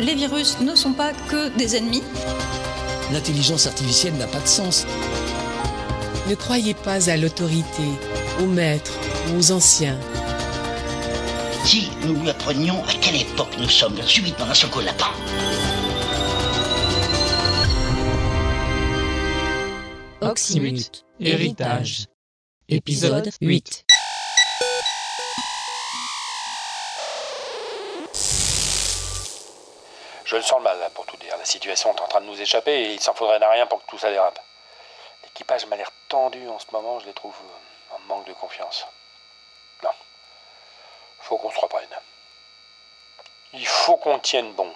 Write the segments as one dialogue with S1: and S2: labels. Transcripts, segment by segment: S1: Les virus ne sont pas que des ennemis.
S2: L'intelligence artificielle n'a pas de sens.
S3: Ne croyez pas à l'autorité, aux maîtres, aux anciens.
S4: Si nous lui apprenions à quelle époque nous sommes, subitement à ce qu'on n'a pas.
S5: Oxymute, héritage. Épisode 8.
S6: Je le sens mal, là, pour tout dire. La situation est en train de nous échapper et il s'en faudrait à rien pour que tout ça dérape. L'équipage m'a l'air tendu en ce moment, je les trouve euh, en manque de confiance. Non. Faut qu'on se reprenne. Il faut qu'on tienne bon.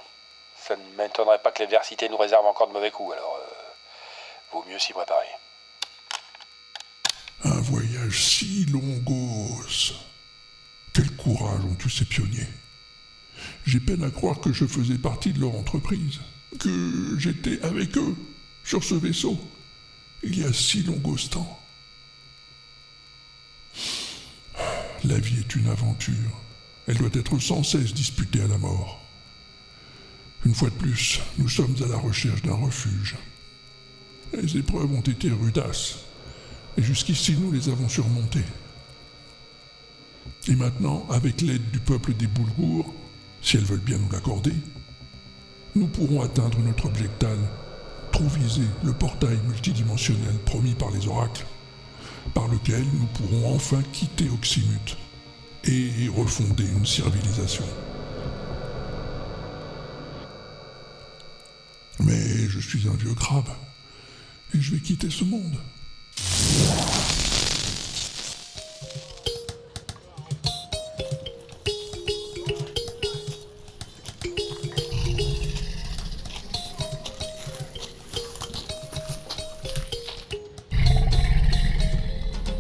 S6: Ça ne m'étonnerait pas que l'adversité nous réserve encore de mauvais coups, alors euh, vaut mieux s'y préparer.
S7: Un voyage si longos. Quel courage ont eu ces pionniers. J'ai peine à croire que je faisais partie de leur entreprise, que j'étais avec eux, sur ce vaisseau, il y a si longos temps. La vie est une aventure. Elle doit être sans cesse disputée à la mort. Une fois de plus, nous sommes à la recherche d'un refuge. Les épreuves ont été rudaces, et jusqu'ici nous les avons surmontées. Et maintenant, avec l'aide du peuple des Boulgours, si elles veulent bien nous l'accorder, nous pourrons atteindre notre objectal, trouviser le portail multidimensionnel promis par les oracles, par lequel nous pourrons enfin quitter Oxymute et refonder une civilisation. Mais je suis un vieux crabe, et je vais quitter ce monde.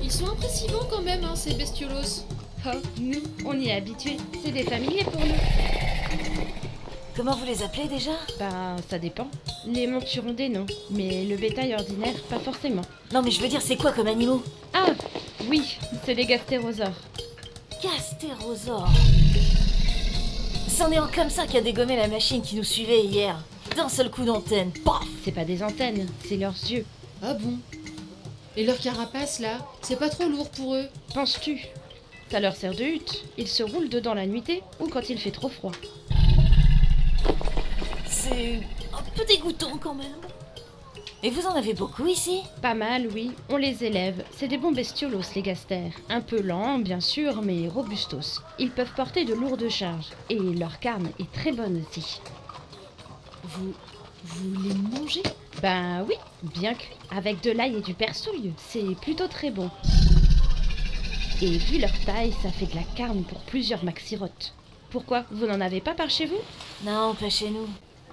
S8: Ils sont impressionnants quand même, hein, ces bestiolos.
S9: Oh, nous, on y est habitués. C'est des familiers pour nous.
S10: Comment vous les appelez déjà
S9: Ben, ça dépend. Les monturondés, non. Mais le bétail ordinaire, pas forcément.
S10: Non, mais je veux dire, c'est quoi comme animaux
S9: Ah, oui, c'est des gastérosaures.
S10: Gastérosaures C'en est un comme ça qui a dégommé la machine qui nous suivait hier. D'un seul coup d'antenne, paf
S9: C'est pas des antennes, c'est leurs yeux.
S8: Ah bon Et leur carapace, là C'est pas trop lourd pour eux
S9: Penses-tu Ça leur sert de hutte. Ils se roulent dedans la nuitée ou quand il fait trop froid.
S10: C'est un peu dégoûtant quand même. Et vous en avez beaucoup ici
S9: Pas mal, oui. On les élève. C'est des bons bestiolos, les gastères. Un peu lents, bien sûr, mais robustos. Ils peuvent porter de lourdes charges. Et leur carne est très bonne aussi.
S8: Vous. Vous les mangez
S9: Ben oui, bien cuits. Avec de l'ail et du persouille. C'est plutôt très bon. Et vu leur taille, ça fait de la carne pour plusieurs maxirotes. Pourquoi Vous n'en avez pas par chez vous
S10: Non, pas chez nous.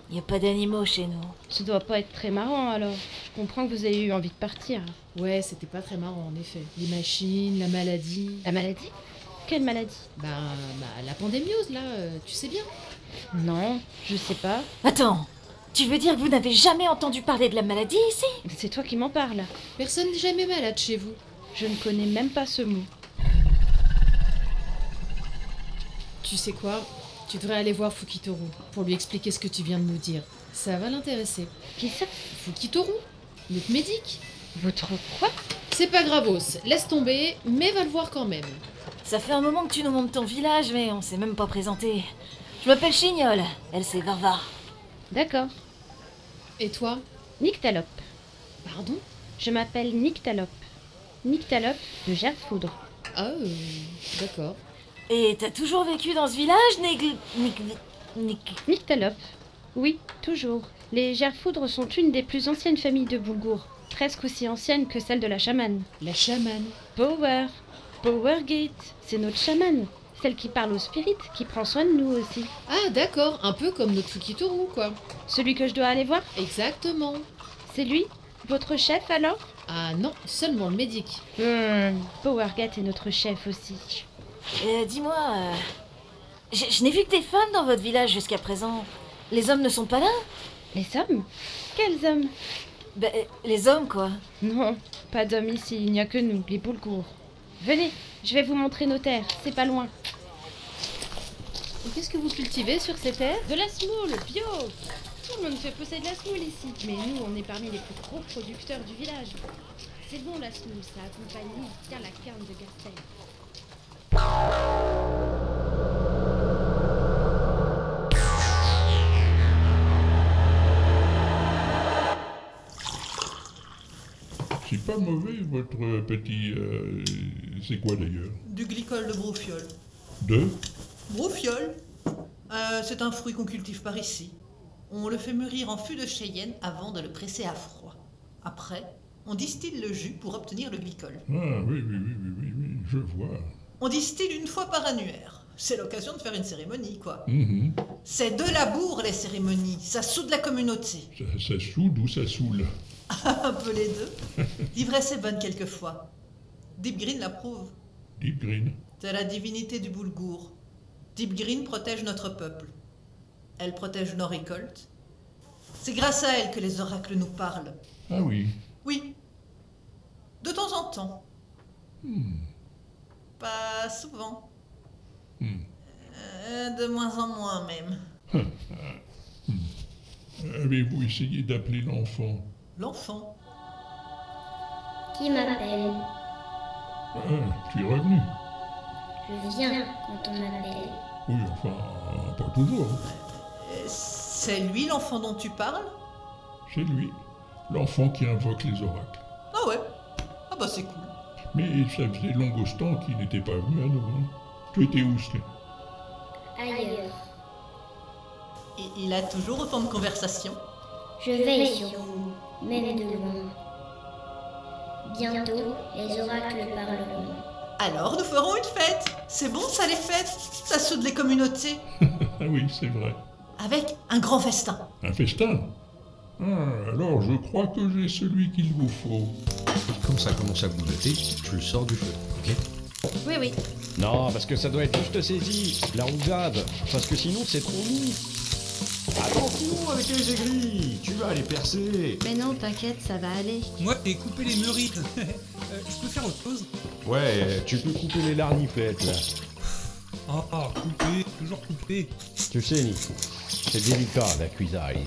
S10: Il n'y a pas d'animaux chez nous.
S9: Ça doit pas être très marrant alors. Je comprends que vous ayez eu envie de partir.
S8: Ouais, c'était pas très marrant en effet. Les machines, la maladie.
S9: La maladie Quelle maladie
S8: Bah, bah, la pandémiose là, euh, tu sais bien.
S9: Non, je sais pas.
S10: Attends Tu veux dire que vous n'avez jamais entendu parler de la maladie ici
S9: C'est toi qui m'en parles.
S8: Personne n'est jamais malade chez vous.
S9: Je ne connais même pas ce mot.
S8: Tu sais quoi Tu devrais aller voir Fukitoru pour lui expliquer ce que tu viens de nous dire. Ça va l'intéresser.
S9: Qui ça
S8: Fukitoru, notre médic.
S9: Votre quoi
S8: C'est pas gravos, laisse tomber, mais va le voir quand même.
S10: Ça fait un moment que tu nous montres ton village, mais on s'est même pas présenté. Je m'appelle Chignol, elle c'est Varvar.
S9: D'accord.
S8: Et toi
S9: Nyctalope.
S8: Pardon
S9: Je m'appelle Nyctalope. Nyctalope de Gerfoudre.
S8: Ah, euh, d'accord.
S10: Et t'as toujours vécu dans ce village, Négl... Nég- Nég-
S9: Nyctalope. Oui, toujours. Les gerfoudres sont une des plus anciennes familles de Boulgour. Presque aussi ancienne que celle de la chamane.
S8: La chamane.
S9: Power. Powergate. C'est notre chamane. Celle qui parle aux spirites, qui prend soin de nous aussi.
S8: Ah, d'accord, un peu comme notre Fukitoru, quoi.
S9: Celui que je dois aller voir
S8: Exactement.
S9: C'est lui Votre chef alors
S8: Ah non, seulement le médic.
S9: Hmm, Powergat est notre chef aussi.
S10: Euh, Dis-moi, euh, je je n'ai vu que des femmes dans votre village jusqu'à présent. Les hommes ne sont pas là
S9: Les hommes Quels hommes
S10: Ben, euh, les hommes, quoi.
S9: Non, pas d'hommes ici, il n'y a que nous, les Boulgours. Venez, je vais vous montrer nos terres, c'est pas loin.
S8: Et qu'est-ce que vous cultivez sur ces terres
S9: De la semoule, bio Tout le monde fait pousser de la semoule ici, mais nous, on est parmi les plus gros producteurs du village. C'est bon la semoule, ça accompagne bien la carne de Gastel.
S7: C'est pas mauvais, votre petit... euh, c'est quoi d'ailleurs
S11: Du glycol de brofiole.
S7: Deux
S11: Brofiole Euh, C'est un fruit qu'on cultive par ici. On le fait mûrir en fût de Cheyenne avant de le presser à froid. Après, on distille le jus pour obtenir le glycol.
S7: Ah oui, oui, oui, oui, oui, oui, je vois.
S11: On distille une fois par annuaire. C'est l'occasion de faire une cérémonie, quoi.
S7: Mhm.
S11: C'est de la bourre, les cérémonies. Ça soude la communauté.
S7: Ça, ça soude ou ça saoule
S11: Un peu les deux. L'ivresse est bonne quelquefois. Deep Green l'approuve.
S7: Deep Green.
S11: C'est la divinité du boulgour. Deep Green protège notre peuple. Elle protège nos récoltes. C'est grâce à elle que les oracles nous parlent.
S7: Ah oui.
S11: Oui. De temps en temps.
S7: Hmm.
S11: Pas souvent.
S7: Hmm.
S11: Euh, de moins en moins même.
S7: Avez-vous essayé d'appeler l'enfant
S11: L'enfant.
S12: Qui m'appelle
S7: Ah, tu es revenu.
S12: Je viens quand on m'appelle.
S7: Oui, enfin, pas toujours. hein.
S11: Euh, C'est lui l'enfant dont tu parles
S7: C'est lui, l'enfant qui invoque les oracles.
S11: Ah ouais. Ah bah c'est cool.
S7: Mais ça faisait longtemps qu'il n'était pas venu à nous. hein. Tu étais où, Sly
S12: Ailleurs.
S11: Et il a toujours autant de conversations.
S12: Je veille sur vous, même de loin. Bientôt, les oracles parleront.
S11: Alors nous ferons une fête. C'est bon ça les fêtes Ça soude les communautés.
S7: Ah oui, c'est vrai.
S11: Avec un grand festin.
S7: Un festin Ah, alors je crois que j'ai celui qu'il vous faut.
S13: Comme ça commence à bouilloter, tu le sors du feu, ok
S9: Oui, oui.
S14: Non, parce que ça doit être juste saisi, la rougade, parce que sinon c'est trop mou. Attention avec les aigris, tu vas les percer.
S15: Mais non, t'inquiète, ça va aller.
S16: Moi, j'ai coupé les meurites. Euh, je peux faire autre chose
S14: Ouais, tu peux couper les larniflettes là.
S16: Ah, ah, coupé, toujours coupé.
S14: Tu sais, Nico, c'est délicat la cuisaille.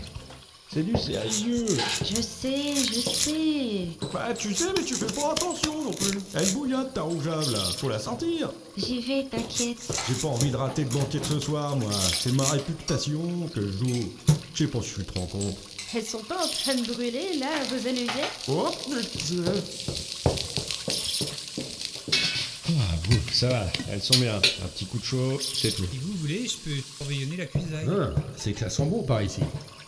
S14: C'est du sérieux.
S15: Je sais, je sais.
S14: Bah, tu sais, mais tu fais pas attention non plus. Elle bouillotte ta rougeave là, faut la sentir.
S15: J'y vais, t'inquiète.
S14: J'ai pas envie de rater le banquet de ce soir, moi. C'est ma réputation que je joue. Je sais pas si je te rends compte.
S15: Elles sont pas en train de brûler, là, vos allumettes
S14: Oh, putain. Ah, bon, ça va, elles sont bien. Un petit coup de chaud, c'est tout.
S16: Si vous voulez, je peux surveiller la cuisaille.
S13: Ah, c'est que ça sent bon par ici.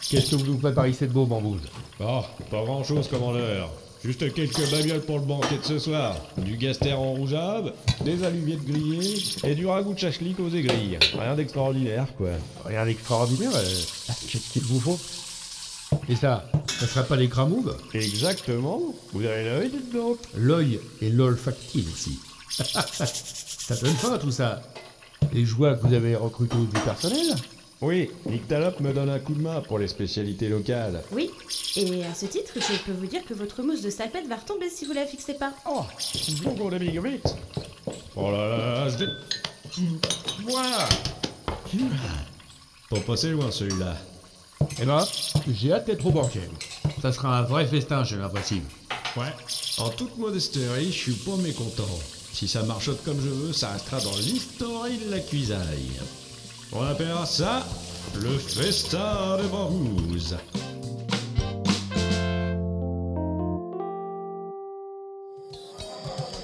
S13: Qu'est-ce que vous nous préparez cette beau bambouze
S14: Bon, Bah, pas grand chose, commandeur. Juste quelques babioles pour le banquet de ce soir. Du gaster en rougeave, des alluviettes grillées et du ragoût de chachlik aux aigrilles. Rien d'extraordinaire, quoi.
S13: Rien d'extraordinaire, euh, qu'est-ce qu'il vous faut Et ça, ça sera pas les cramoubes
S14: Exactement, vous avez l'œil, dites donc
S13: L'œil est l'olfactive ici. ça donne faim tout ça Les joies que vous avez recrutées du personnel
S14: Oui, Nick Talop me donne un coup de main pour les spécialités locales.
S17: Oui, et à ce titre, je peux vous dire que votre mousse de salpette va retomber si vous la fixez pas.
S14: Oh, bonbon de bigobites Oh là là là, je dé... Voilà Pas passé loin celui-là.
S13: Eh ben, j'ai hâte d'être au banquet. Ça sera un vrai festin, j'ai l'impression.
S14: Ouais. En toute modestie, je suis pas mécontent. Si ça marchote comme je veux, ça restera dans l'historique de la cuisaille. On appellera ça le festin de bambouze.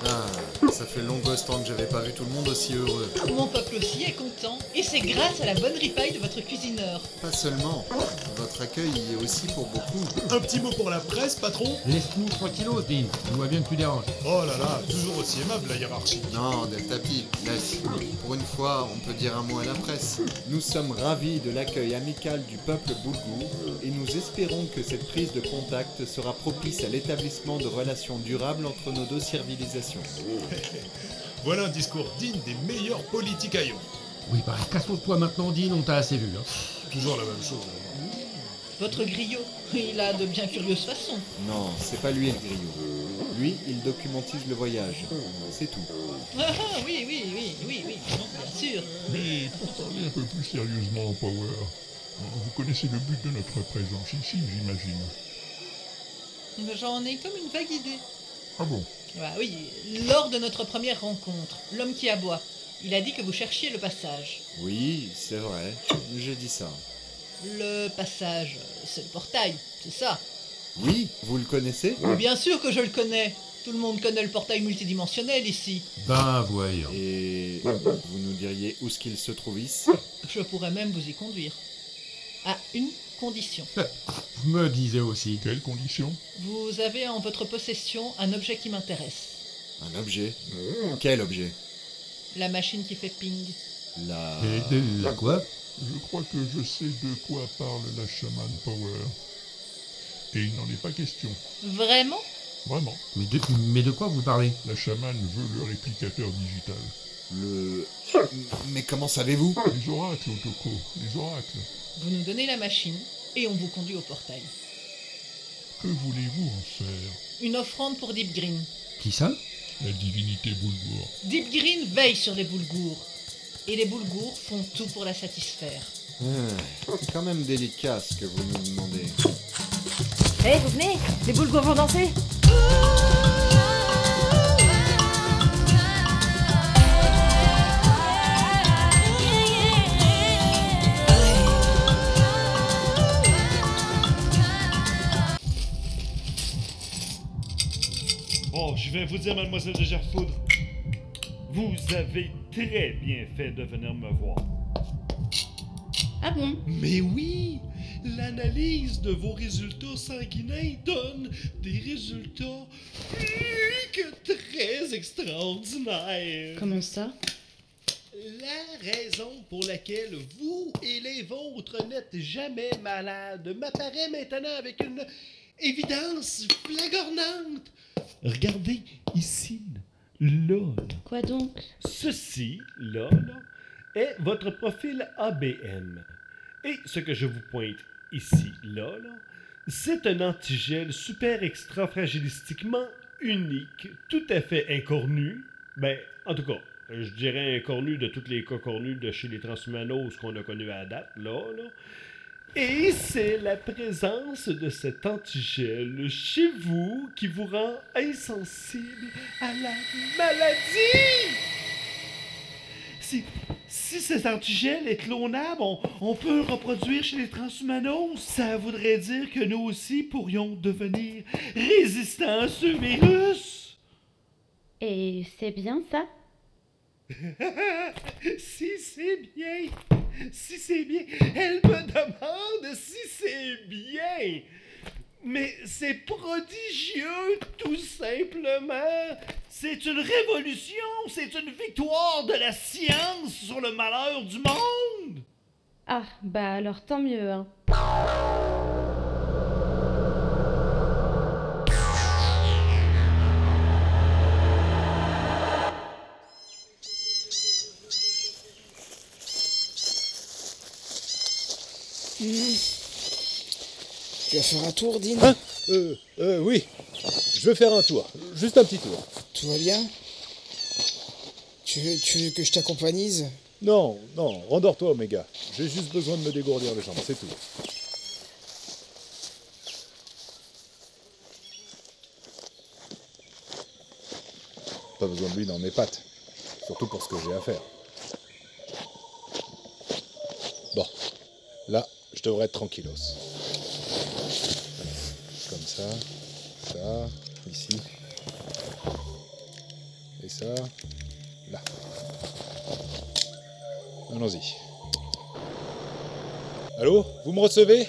S18: Ah, Ça fait long temps que j'avais pas vu tout le monde aussi heureux.
S11: Mon peuple aussi est content, et c'est grâce à la bonne ripaille de votre cuisineur.
S18: Pas seulement. Votre accueil y est aussi pour beaucoup.
S16: Un petit mot pour la presse, patron
S13: Laisse-nous tranquille, Dean. Je vois bien que tu déranges.
S16: Oh là là, toujours aussi aimable la hiérarchie.
S18: Non, Del Tapi, laisse. Pour une fois, on peut dire un mot à la presse.
S19: Nous sommes ravis de l'accueil amical du peuple boulgour et nous espérons que cette prise de contact sera propice à l'établissement de relations durables entre nos deux civilisations.
S16: voilà un discours digne des meilleurs politiques ailleurs.
S13: Oui, bah, casse-toi maintenant, Dean, on t'a assez vu. Hein.
S16: Toujours la même chose.
S20: hein.
S11: Votre griot, il a de bien curieuses façons.
S19: Non, c'est pas lui le griot. Lui, il documentise le voyage. C'est tout.
S11: Ah, ah, oui, oui, oui, oui, oui, bien sûr.
S7: Mais pour parler un peu plus sérieusement, Power, hein, vous connaissez le but de notre présence ici, j'imagine.
S11: Mais J'en ai comme une vague idée.
S7: Ah bon
S11: Bah oui, lors de notre première rencontre, l'homme qui aboie, il a dit que vous cherchiez le passage.
S19: Oui, c'est vrai. J'ai dit ça.
S11: Le passage, c'est le portail, c'est ça
S19: Oui, vous le connaissez
S11: Mais Bien sûr que je le connais. Tout le monde connaît le portail multidimensionnel ici.
S13: Ben voyons.
S19: Et vous nous diriez où ce qu'il se trouve ici
S11: Je pourrais même vous y conduire. À une condition.
S13: Vous me disiez aussi.
S7: Quelle condition
S11: Vous avez en votre possession un objet qui m'intéresse.
S19: Un objet Quel objet
S11: La machine qui fait ping.
S19: La...
S13: Et de la quoi
S7: Je crois que je sais de quoi parle la chaman Power. Et il n'en est pas question.
S11: Vraiment
S7: Vraiment.
S13: mais de, mais de quoi vous parlez
S7: La chamane veut le réplicateur digital.
S19: Le... Mais comment savez-vous
S7: Les oracles, Otoko, les oracles.
S11: Vous nous donnez la machine et on vous conduit au portail.
S7: Que voulez-vous en faire
S11: Une offrande pour Deep Green.
S13: Qui ça
S7: La divinité Boulgour.
S11: Deep Green veille sur les boulgours. Et les boulgours font tout pour la satisfaire.
S19: Ah, C'est quand même délicat ce que vous nous demandez.
S10: Hé,
S17: Eh,
S10: vous venez Les boulgours vont danser
S21: Bon, Oh, je vais vous dire, mademoiselle de Gerfaud, vous avez très bien fait de venir me voir.
S17: Ah bon
S21: Mais oui, l'analyse de vos résultats sanguinaires donne des résultats plus que très extraordinaires.
S17: Comment ça
S21: La raison pour laquelle vous et les vôtres n'êtes jamais malades m'apparaît maintenant avec une évidence flagornante. Regardez ici, là. là.
S17: Quoi donc
S21: Ceci, là, là, est votre profil ABM. Et ce que je vous pointe ici, là, là, c'est un antigel super extra fragilistiquement unique, tout à fait incornu. Ben, en tout cas, je dirais incornu de toutes les cas cornus de chez les transhumanos qu'on a connus à la date, là, là. Et c'est la présence de cet antigel chez vous qui vous rend insensible à la maladie. Si, si cet antigel est clonable, on, on peut le reproduire chez les transhumanos. Ça voudrait dire que nous aussi pourrions devenir résistants à ce virus.
S17: Et c'est bien ça
S21: si c'est bien, si c'est bien, elle me demande si c'est bien. Mais c'est prodigieux, tout simplement. C'est une révolution, c'est une victoire de la science sur le malheur du monde.
S17: Ah, bah alors tant mieux, hein.
S2: Tu vas faire un tour, Dean
S20: Hein Euh, euh, oui. Je veux faire un tour. Juste un petit tour.
S2: Tout va bien tu veux, tu veux que je t'accompagnise
S20: Non, non, rendors-toi, Omega. J'ai juste besoin de me dégourdir les jambes, c'est tout. Pas besoin de lui dans mes pattes. Surtout pour ce que j'ai à faire. Bon. Là, je devrais être tranquillos. Comme ça, ça, ici. Et ça, là. Allons-y. Allô Vous me recevez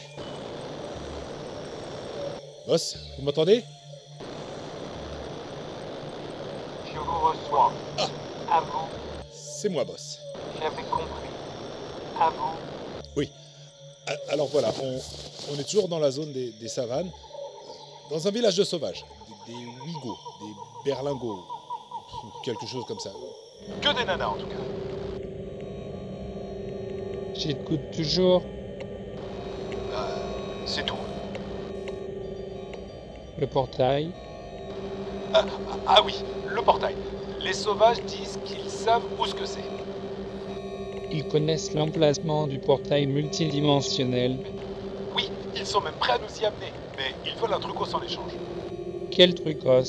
S20: Boss, vous m'entendez
S22: Je vous reçois. À vous,
S20: C'est moi, boss.
S22: j'avais compris. À vous,
S20: Oui. A- Alors voilà, on, on est toujours dans la zone des, des savanes, dans un village de sauvages, des, des Ouïgos, des Berlingots, ou quelque chose comme ça.
S22: que des nanas en tout cas.
S5: J'écoute toujours.
S22: C'est tout.
S5: Le portail.
S22: Ah, ah, ah oui, le portail. Les sauvages disent qu'ils savent où ce que c'est.
S5: Ils connaissent l'emplacement du portail multidimensionnel.
S22: Oui, ils sont même prêts à nous y amener, mais ils veulent un trucos en échange.
S5: Quel trucos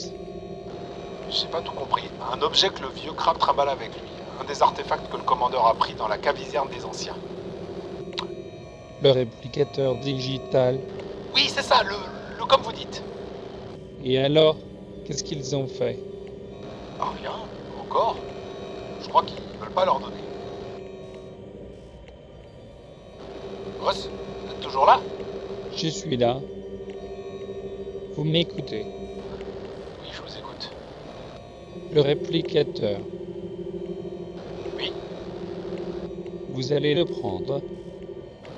S22: J'ai pas tout compris. Un objet que le vieux crabe trimballe avec lui. Un des artefacts que le commandeur a pris dans la caviserne des anciens.
S5: Le réplicateur digital.
S22: Oui, c'est ça, le, le comme vous dites.
S5: Et alors, qu'est-ce qu'ils ont fait
S22: Ah, rien, encore Je crois qu'ils veulent pas leur donner. Boss, vous êtes toujours là
S5: Je suis là. Vous m'écoutez.
S22: Oui, je vous écoute.
S5: Le réplicateur.
S22: Oui.
S5: Vous allez le prendre.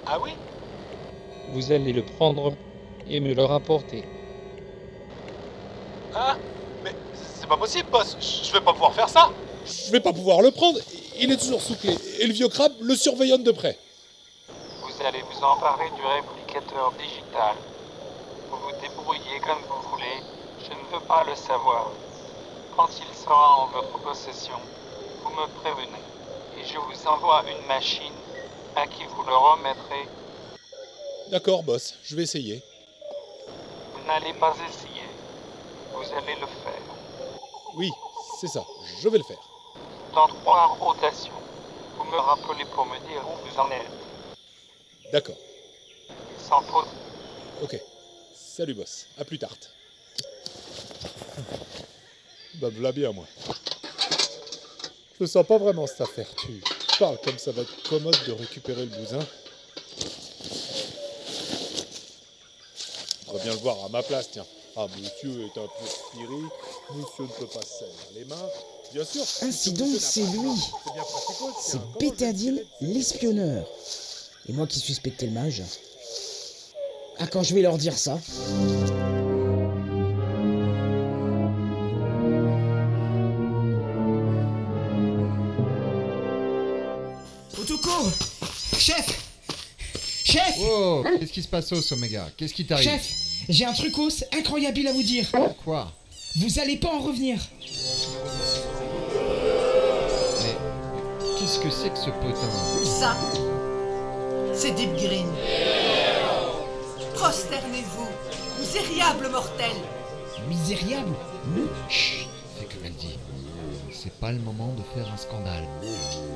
S22: Ah oui
S5: Vous allez le prendre et me le rapporter.
S22: Hein Mais c'est pas possible, boss. Je je vais pas pouvoir faire ça.
S20: Je vais pas pouvoir le prendre, il est toujours sous clé, et le vieux crabe le surveillonne de près.
S22: Vous allez vous emparer du réplicateur digital. Vous vous débrouillez comme vous voulez. Je ne veux pas le savoir. Quand il sera en votre possession, vous me prévenez. Et je vous envoie une machine à qui vous le remettrez.
S20: D'accord, boss, je vais essayer.
S22: Vous n'allez pas essayer. Vous allez le faire.
S20: Oui, c'est ça, je vais le faire.
S22: Dans trois rotations, vous me rappelez pour me dire où vous en êtes.
S20: D'accord,
S22: Sans faute.
S20: ok. Salut, boss, à plus tard. Bah, v'là bien, moi. Je le sens pas vraiment cette affaire, tu parles comme ça va être commode de récupérer le bousin. On va bien le voir à ma place, tiens. Ah, monsieur est un peu spiri, monsieur ne peut pas se salir les mains. Bien sûr.
S23: Ainsi donc, c'est lui. C'est Bétadine, l'espionneur. Et moi qui suspectais le mage. Ah, quand je vais leur dire ça.
S16: Autocour Chef Chef
S19: Oh, qu'est-ce qui se passe au Omega Qu'est-ce qui t'arrive
S23: Chef, j'ai un truc os incroyable à vous dire.
S19: Quoi
S23: Vous allez pas en revenir.
S19: Mais qu'est-ce que c'est que ce potin
S11: Ça, c'est Deep Green. Prosternez-vous, misérable mortel.
S23: Misérable
S19: Chut, c'est comme elle dit. Euh, C'est pas le moment de faire un scandale.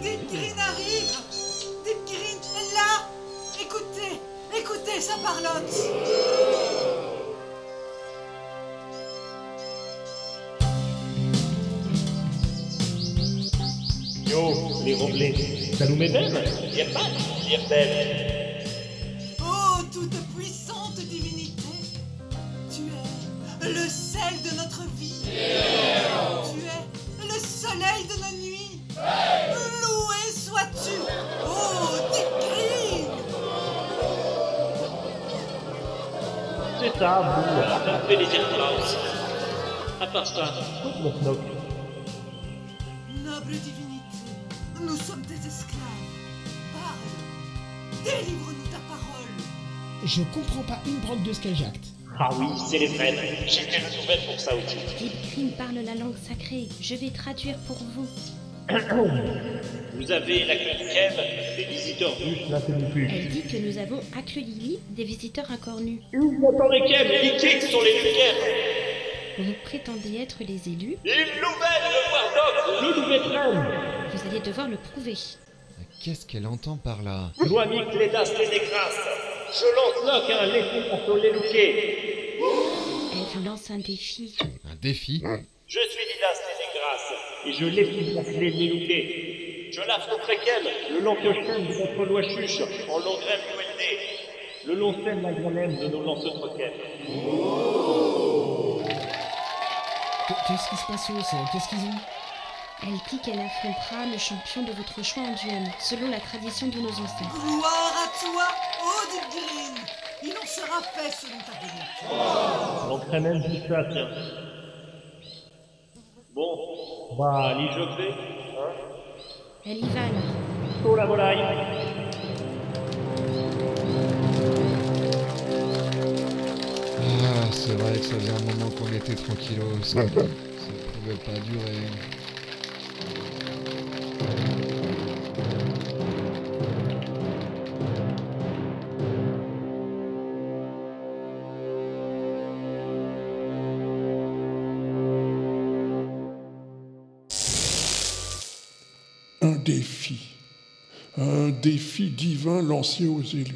S11: Deep Green arrive. Deep Green est là. Écoutez, écoutez, ça parlotte.
S24: Yo, les roblés, ça nous met hein. même Y'a pas de dire belle.
S11: Ô Oh, toute puissante divinité, tu es le sel de notre vie. Tu es le soleil de nos nuits. Loué sois-tu, oh, ô Décrine
S24: C'est ça, vous, ça fait les erreurs. À part ça, knock knock.
S11: Noble divinité, nous sommes tes esclaves. Parle, délivre-nous ta parole.
S23: Je comprends pas une broque de ce qu'elle jacte.
S24: Ah oui, c'est les veines. J'ai fait une nouvelle pour ça aussi.
S12: Deepgreen parle la langue sacrée. Je vais traduire pour vous.
S24: Vous avez la conquête des visiteurs nus. Là, c'est
S12: Elle dit que nous avons accueilli des visiteurs encore nus.
S24: Attendez, Kev, Ikea qui sont les lumières.
S12: Vous prétendez être les élus.
S24: Une nouvelle de Warlock, le nouvel homme.
S12: Vous allez devoir le prouver.
S19: Qu'est-ce qu'elle entend par là
S24: Loami Clédas les Negras. Je lance Locke un léger pour les louquer.
S12: Elle vous lance un défi.
S19: Un défi Ah,
S24: Je suis Didas les Negras. et je l'épouserai Niloupé. Je l'affronterai qu'elle, le long que je contre l'Ouachuche, en l'engrais Moueldé, le long sème la grenelle de nos lanceurs roquettes.
S21: Qu'est-ce qui se passe au sol Qu'est-ce qu'ils ont
S9: Elle dit qu'elle affrontera le champion de votre choix en duel, selon la tradition de nos ancêtres.
S25: Gloire à toi,
S11: Oh,
S25: Aude Green Il en sera fait selon ta volonté.
S24: L'entraînement du ça, tiens. Bon, bah, allez, je vais. Hein
S9: Elle y va alors.
S24: Pour la volaille.
S19: Ah, c'est vrai que ça faisait un moment qu'on était tranquillos. Ça, ça pouvait pas durer.
S7: Un défi. Un défi divin lancé aux élus.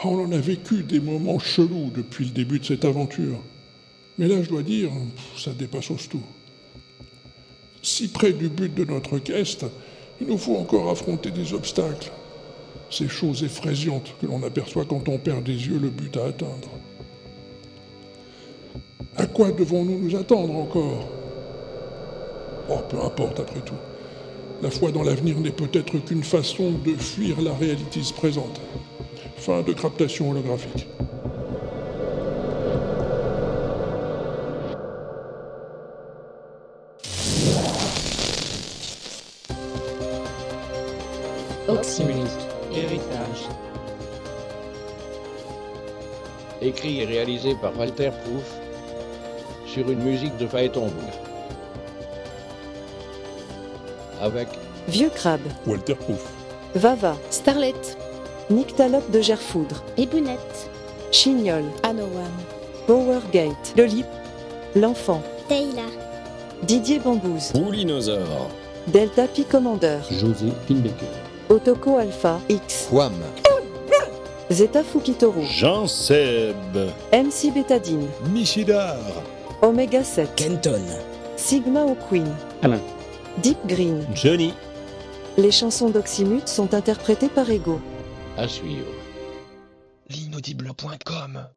S7: Ah, On en a vécu des moments chelous depuis le début de cette aventure. Mais là, je dois dire, pff, ça dépasse au tout. Si près du but de notre quête, il nous faut encore affronter des obstacles. Ces choses effrayantes que l'on aperçoit quand on perd des yeux le but à atteindre. À quoi devons-nous nous attendre encore Oh, peu importe après tout. La foi dans l'avenir n'est peut-être qu'une façon de fuir la réalité présente. Fin de captation holographique.
S26: Oxymute,
S5: héritage.
S14: Écrit et réalisé par Walter Proof sur une musique de Phaéton Avec
S11: Vieux crabe,
S7: Walter Proof.
S11: Vava,
S9: Starlette,
S11: Nyctalope de Gerfoudre,
S9: Ébounette,
S11: Chignol,
S9: Anowan,
S11: Powergate, Lolip, L'Enfant,
S9: Taylor,
S11: Didier Bambouze,
S14: Boulinosaure.
S11: Delta Pi Commander,
S14: José Pinbaker.
S11: Otoko Alpha, X,
S14: Quam.
S11: Zeta Fukitoru,
S14: Jean Seb.
S11: MC Betadine,
S14: Michidar.
S11: Omega 7,
S26: Kenton,
S11: Sigma O'Queen,
S14: Alain.
S11: Deep Green.
S14: Johnny.
S11: Les chansons d'Oxymute sont interprétées par Ego.
S14: À suivre.
S27: L'inaudible.com